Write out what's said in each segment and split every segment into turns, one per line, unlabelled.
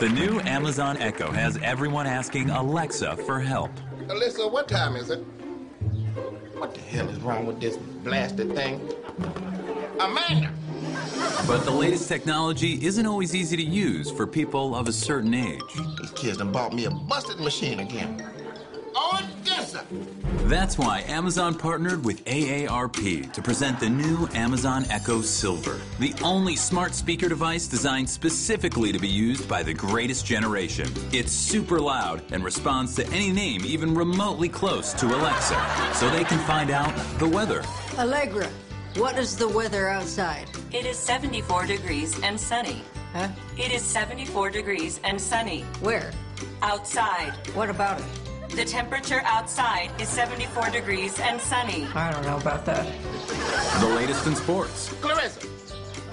The new Amazon Echo has everyone asking Alexa for help.
Alyssa, what time is it? What the hell is wrong with this blasted thing? Amanda!
But the latest technology isn't always easy to use for people of a certain age.
These kids done bought me a busted machine again. Oh, yes, sir.
That's why Amazon partnered with AARP to present the new Amazon Echo Silver, the only smart speaker device designed specifically to be used by the greatest generation. It's super loud and responds to any name even remotely close to Alexa, so they can find out the weather.
Allegra, what is the weather outside?
It is 74 degrees and sunny.
Huh?
It is 74 degrees and sunny.
Where?
Outside.
What about it?
The temperature outside is 74 degrees and sunny.
I don't know about that.
The latest in sports,
Clarissa,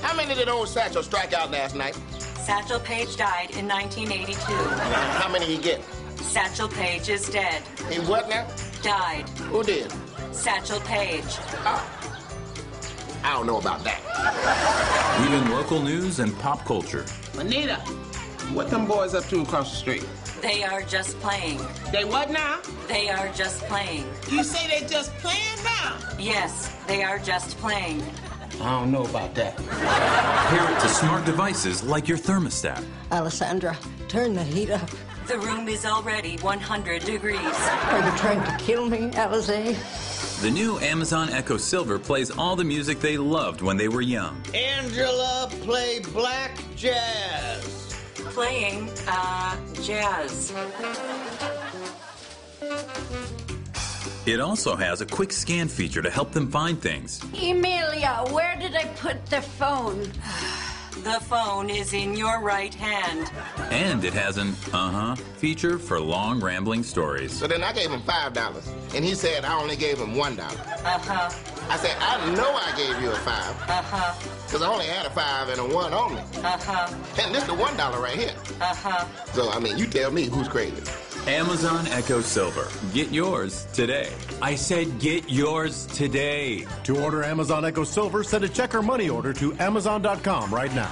how many did old Satchel strike out last night?
Satchel Paige died in 1982.
And How many he get?
Satchel Paige is dead.
He what now?
Died.
Who did?
Satchel Paige.
I don't know about that.
even local news and pop culture.
Anita, what them boys up to across the street?
They are just playing.
They what now?
They are just playing.
You say they just playing now?
Yes, they are just playing.
I don't know about that.
Pair it to smart devices like your thermostat.
Alessandra, turn the heat up.
The room is already 100 degrees.
Are you trying to kill me, Alize?
The new Amazon Echo Silver plays all the music they loved when they were young.
Angela play black jazz.
Playing, uh, jazz.
It also has a quick scan feature to help them find things.
Emilia, where did I put the phone?
The phone is in your right hand.
And it has an uh huh feature for long rambling stories.
So then I gave him five dollars, and he said I only gave him one dollar.
Uh huh.
I said I know I gave you a five. Uh huh. Cause I only had a five and a one on me. Uh huh. And this the one dollar right here. Uh huh. So I mean, you tell me who's crazy.
Amazon Echo Silver. Get yours today. I said get yours today.
To order Amazon Echo Silver, send a check or money order to Amazon.com right now.